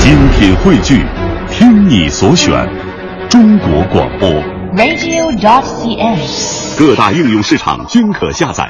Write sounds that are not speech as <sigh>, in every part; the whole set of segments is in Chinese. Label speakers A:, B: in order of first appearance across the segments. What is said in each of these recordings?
A: 精品汇聚，听你所选，中国广播。
B: radio.cn。
A: 各大应用市场均可下载。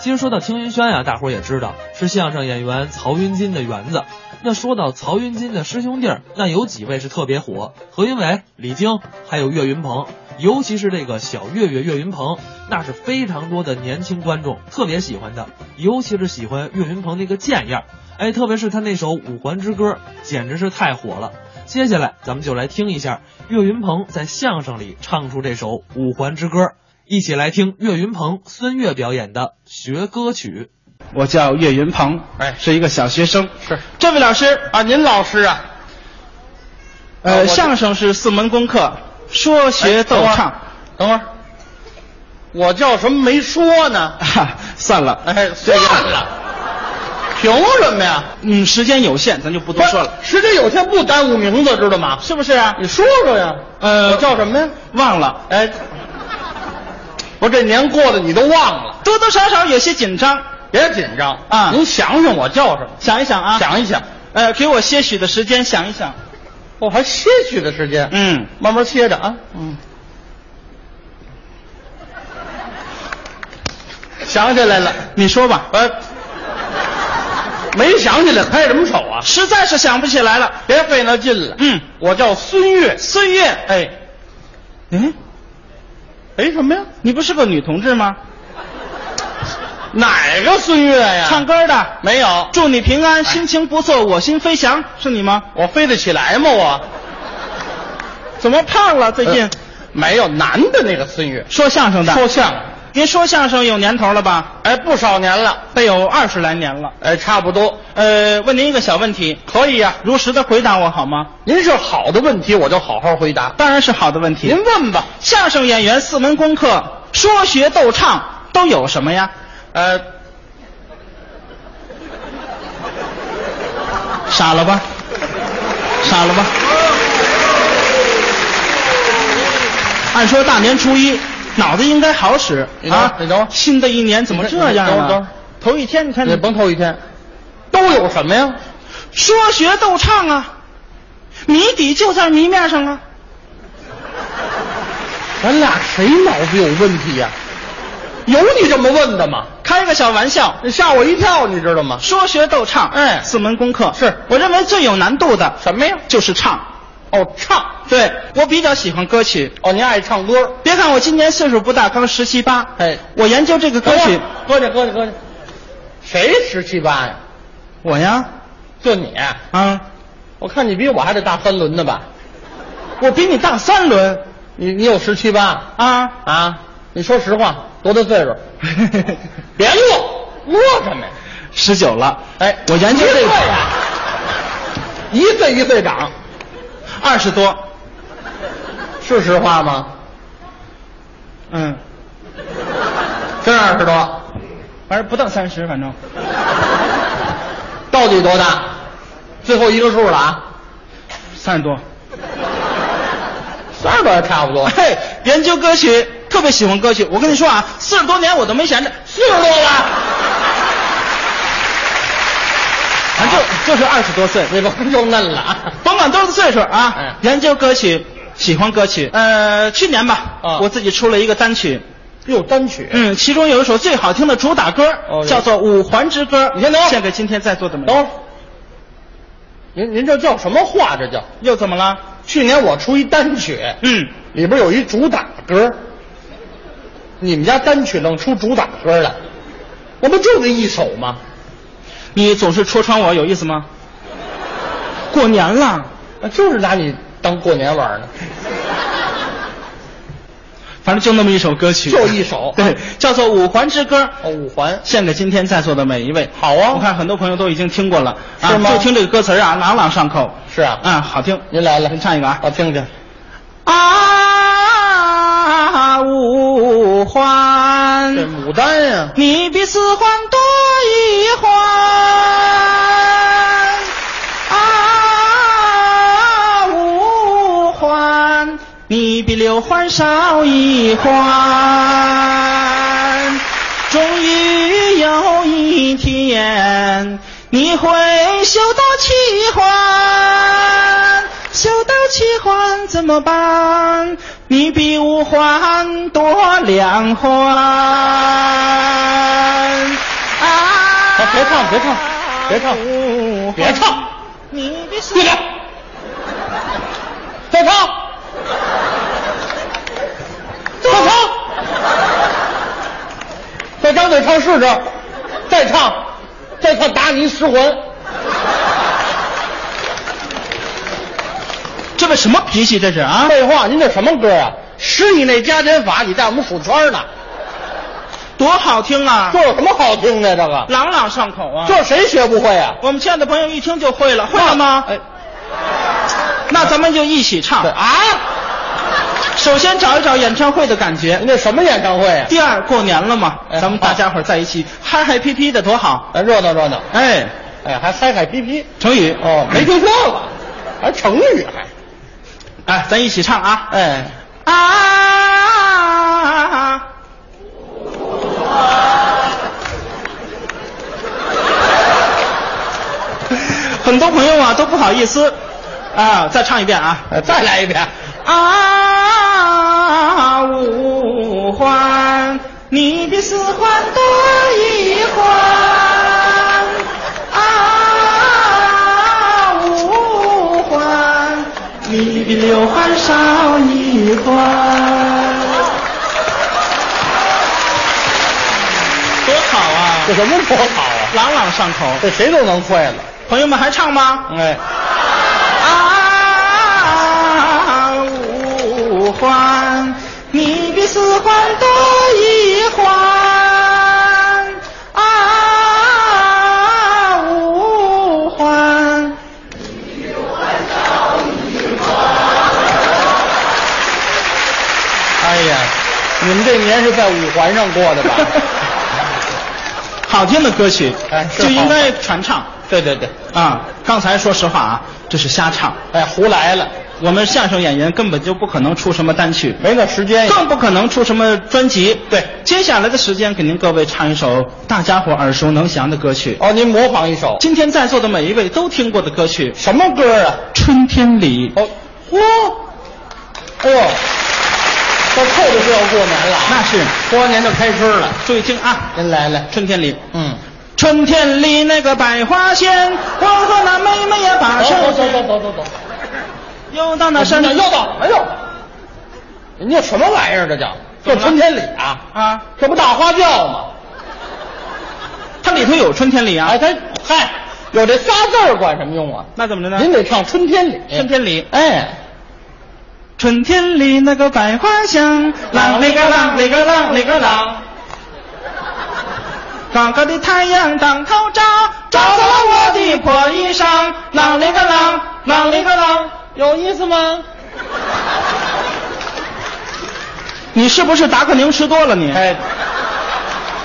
C: 其实说到青云轩呀、大伙儿也知道是相声演员曹云金的园子。那说到曹云金的师兄弟儿，那有几位是特别火，何云伟、李菁，还有岳云鹏，尤其是这个小岳岳岳云鹏，那是非常多的年轻观众特别喜欢的，尤其是喜欢岳云鹏那个贱样儿，哎，特别是他那首《五环之歌》，简直是太火了。接下来咱们就来听一下岳云鹏在相声里唱出这首《五环之歌》，一起来听岳云鹏、孙越表演的学歌曲。
D: 我叫岳云鹏，
E: 哎
D: 是一个小学生。
E: 是
D: 这位老师，
E: 啊，您老师啊，啊
D: 呃，
E: 我哎
D: 相声是四门功课，说学逗唱。 <laughs>
E: 等会儿，我叫什么没说呢？
D: 啊算了，
E: 哎，
D: 这
E: 算
D: 个，
E: 了，凭什么呀？
D: 嗯，时间有限，咱就不多说了
E: 不。是时间有限，不耽误名字，知道吗？
D: 是不是啊
E: 你说说呀，
D: 呃
E: 我叫什么呀？
D: 忘了，
E: 哎，我这年过的你都忘了，
D: 多多少少有些紧张，
E: 别紧张
D: 啊
E: 您想想我叫什么？
D: 想一想啊，
E: 想一想，
D: 呃，给我些许的时间想一想。
E: 我还些许的时间，，
D: 嗯
E: 慢慢歇着啊。
D: 嗯，
E: 想起来了，
D: 你说吧，
E: 哎，没想起来，拍什么手啊？
D: 实在是想不起来了。
E: 别费那劲了。
D: 嗯，
E: 我叫孙越。
D: 孙越，
E: 哎，
D: 哎，
E: 哎什么呀？
D: 你不是个女同志吗？
E: 哪个孙越呀？
D: 唱歌的。
E: 没有？哎
D: 祝你平安，心情不错，我心飞翔，是你吗？
E: 我飞得起来吗？我
D: 怎么胖了？最近、
E: 呃没有男的那个孙越，
D: 说相声的，
E: 说相声，
D: 您说相声有年头了吧？
E: 哎，不少年了，
D: 得有二十来年了。
E: 哎，差不多，
D: 呃，问您一个小问题，
E: 可以呀、
D: 如实的回答我好吗？
E: 您是好的问题，我就好好回答。
D: 当然是好的问题。
E: 您问吧。
D: 相声演员四门功课，说学逗唱都有什么呀？
E: 呃，
D: 傻了吧，傻了吧。按说大年初一，脑子应该好使
E: 你等会儿
D: 啊。
E: 你等会儿
D: 新的一年怎么这样
E: 你等会儿等会
D: 呢
E: 儿？
D: 头一天你看
E: 你甭啊头一天，都有什么呀？
D: 说学逗唱啊，谜底就在谜面上啊。
E: 咱俩谁脑子有问题呀、有你这么问的吗？
D: 开个小玩笑，
E: 你吓我一跳，你知道吗？
D: 说学逗唱，
E: 哎
D: 四门功课
E: 是
D: 我认为最有难度的
E: 什么呀？
D: 就是唱。
E: 哦，唱。
D: 对我比较喜欢歌曲，
E: 哦，您爱唱歌。
D: 别看我今年岁数不大，刚十七八，
E: 哎
D: 我研究这个歌曲，
E: 搁去搁去搁去，谁十七八呀？
D: 我呀，
E: 就你，
D: 啊，
E: 我看你比我还得大三轮呢吧？
D: 我比你大三轮
E: 你你有十七八
D: 啊，
E: 啊？你说实话，多大岁数？别乐，乐什么呀？
D: 十九了，
E: 哎，
D: 我研究这
E: 一岁
D: 个
E: 啊一岁一岁长，
D: 二十多，
E: 是实话吗？
D: 嗯，
E: <laughs> 真二十多，
D: 反正不到三十，反正
E: 到底多大？最后一个数了啊，
D: 三十多。
E: 三十多还差不多。
D: <laughs> 嘿，研究歌曲，特别喜欢歌曲。我跟你说啊，四十多年我都没闲着，
E: 四十多了，
D: 反正就就是二十多岁，
E: 你甭又嫩了
D: <laughs>
E: 啊。
D: 甭管多少岁数啊，
E: 嗯
D: 研究歌曲，喜欢歌曲。呃，去年吧，
E: 啊
D: 我自己出了一个单曲，
E: 又单曲，
D: 嗯，其中有一首最好听的主打歌，
E: 哦
D: 叫做《五环之歌》，
E: 你先哦等会儿
D: 献给今天在座的每
E: 等
D: 位。
E: 会儿，您您这叫什么话？这叫
D: 又怎么了？
E: 去年我出一单曲，
D: 嗯，
E: 里边有一主打歌，你们家单曲弄出主打歌来，我不就这一首吗？
D: 你总是戳穿我，有意思吗？过年了，
E: 啊就是拿你当过年玩
D: <laughs>
E: 呢，
D: 反正就那么一首歌曲，
E: 就一首
D: <laughs> 对，叫做《五环之歌》。
E: 哦，五环
D: 献给今天在座的每一位。
E: 好啊
D: 我看很多朋友都已经听过了，
E: 是
D: 啊，
E: 吗
D: 就听这个歌词儿啊，朗朗上口。
E: 是啊
D: 啊，好听。
E: 您来了，
D: 您唱一个啊
E: 我听听。
D: 啊，五环
E: 这牡丹呀、
D: 你比四环多一环。啊，五环，你比六环少一环。终于有一天，你会修到气欢，修到气欢怎么办？你比五环多两环。啊！
E: 别唱别唱别唱
D: 五环
E: 别唱，
D: 你比
E: 闭嘴，再唱，再唱，再张嘴唱试试，再唱，再唱打你十环，
D: 这个什么脾气这是啊？
E: 废话，您这什么歌啊？十以内加减法，你带我们数圈呢？
D: 啊多好听啊！
E: 这有什么好听的？这个，
D: 朗朗上口啊！
E: 这谁学不会啊？
D: 我们亲爱的朋友一听就会了，会了吗？
E: 哎，
D: 那咱们就一起唱
E: 对
D: 啊！首先找一找演唱会的感觉
E: 您，这什么演唱会啊？
D: 第二过年了嘛，
E: 哎
D: 咱们大家伙儿在一起嗨嗨皮皮的多好！
E: 哎，热闹热闹，
D: 哎，
E: 哎，还嗨嗨皮皮，
D: 成语
E: 哦，没听说过，还成语还，
D: 哎，咱一起唱啊！
E: 哎，
D: 啊！很多朋友啊都不好意思啊，再唱一遍啊！
E: 哎再来一遍。
D: 啊，五环，你比四环多一环。啊，五环，你比六环少一环。多好啊！
E: 这什么多好啊！
D: 朗朗上口。
E: 这谁都能会了。
D: 朋友们还唱吗？
E: 哎，
D: 啊，五环，你比四环多一环。啊，五环。
E: 哎呀，你们这年是在五环上过的吧？
D: <laughs> 好听的歌曲，
E: 哎是
D: 就应该传唱
E: 对对对，
D: 啊！刚才说实话啊，这是瞎唱。
E: 哎，胡来了，
D: 我们相声演员根本就不可能出什么单曲，
E: 没那时间呀。
D: 更不可能出什么专辑。对，接下来的时间给您各位唱一首大家伙耳熟能详的歌曲，
E: 哦，您模仿一首
D: 今天在座的每一位都听过的歌曲《
E: 什么歌啊？
D: 春天里》。
E: 哦，嚯，哎呦，这扣着就要过年了啊，
D: 那是，
E: 过完年就开春了。
D: 注意听啊，
E: 您来来，
D: 《春天里》。
E: 嗯，
D: 春天里那个百花鲜，我和那妹妹呀把
E: 走
D: 手
E: 走走
D: 牵，
E: 走走走走，
D: 又到那山
E: 又
D: 上
E: 到哎呦，人家什么玩意儿？这叫这春天里啊，
D: 啊，
E: 这不大花轿吗？
D: 它里头有《春天里》啊
E: 哎，，他嗨，有这仨字儿管什么用啊？
D: 那怎么着呢？
E: 您得唱《春天里》。
D: 春天里
E: 哎，
D: 春天里那个百花香，啷哩个啷哩个啷哩个啷，高高的太阳当头照，照到了我的破衣裳，啷哩个啷，啷哩个啷，有意思吗？你是不是达克宁吃多了你？
E: 哎，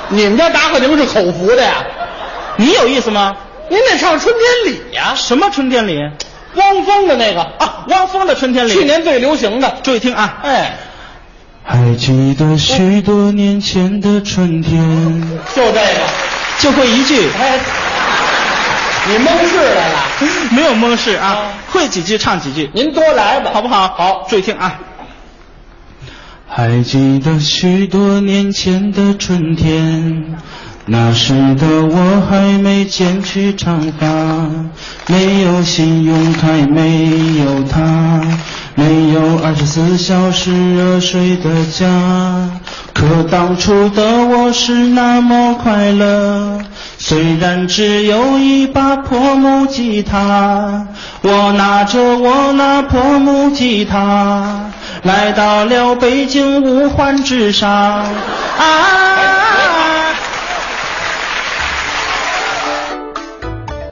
E: 你们家达克宁是口服的呀？
D: 你有意思吗？
E: 您得唱《春天里》呀，
D: 什么春天里？
E: 汪峰的那个
D: 啊，汪峰的春天里。
E: 去年最流行的。
D: 注意听啊，
E: 哎，
D: 还记得许多年前的春天，
E: 就这个。
D: 就会一句。
E: 哎，你蒙事来了，
D: 没有蒙事啊
E: 啊，
D: 会几句唱几句，
E: 您多来吧，
D: 好不好？
E: 好
D: 注意听啊。
B: 还记得许多年前的春天，那时的我还没剪去长发，没有信用卡，没有他，没有二十四小时热水的家。可当初的我是那么快乐，虽然只有一把破木吉他，我拿着我那破木吉他，来到了北京五环之上。啊，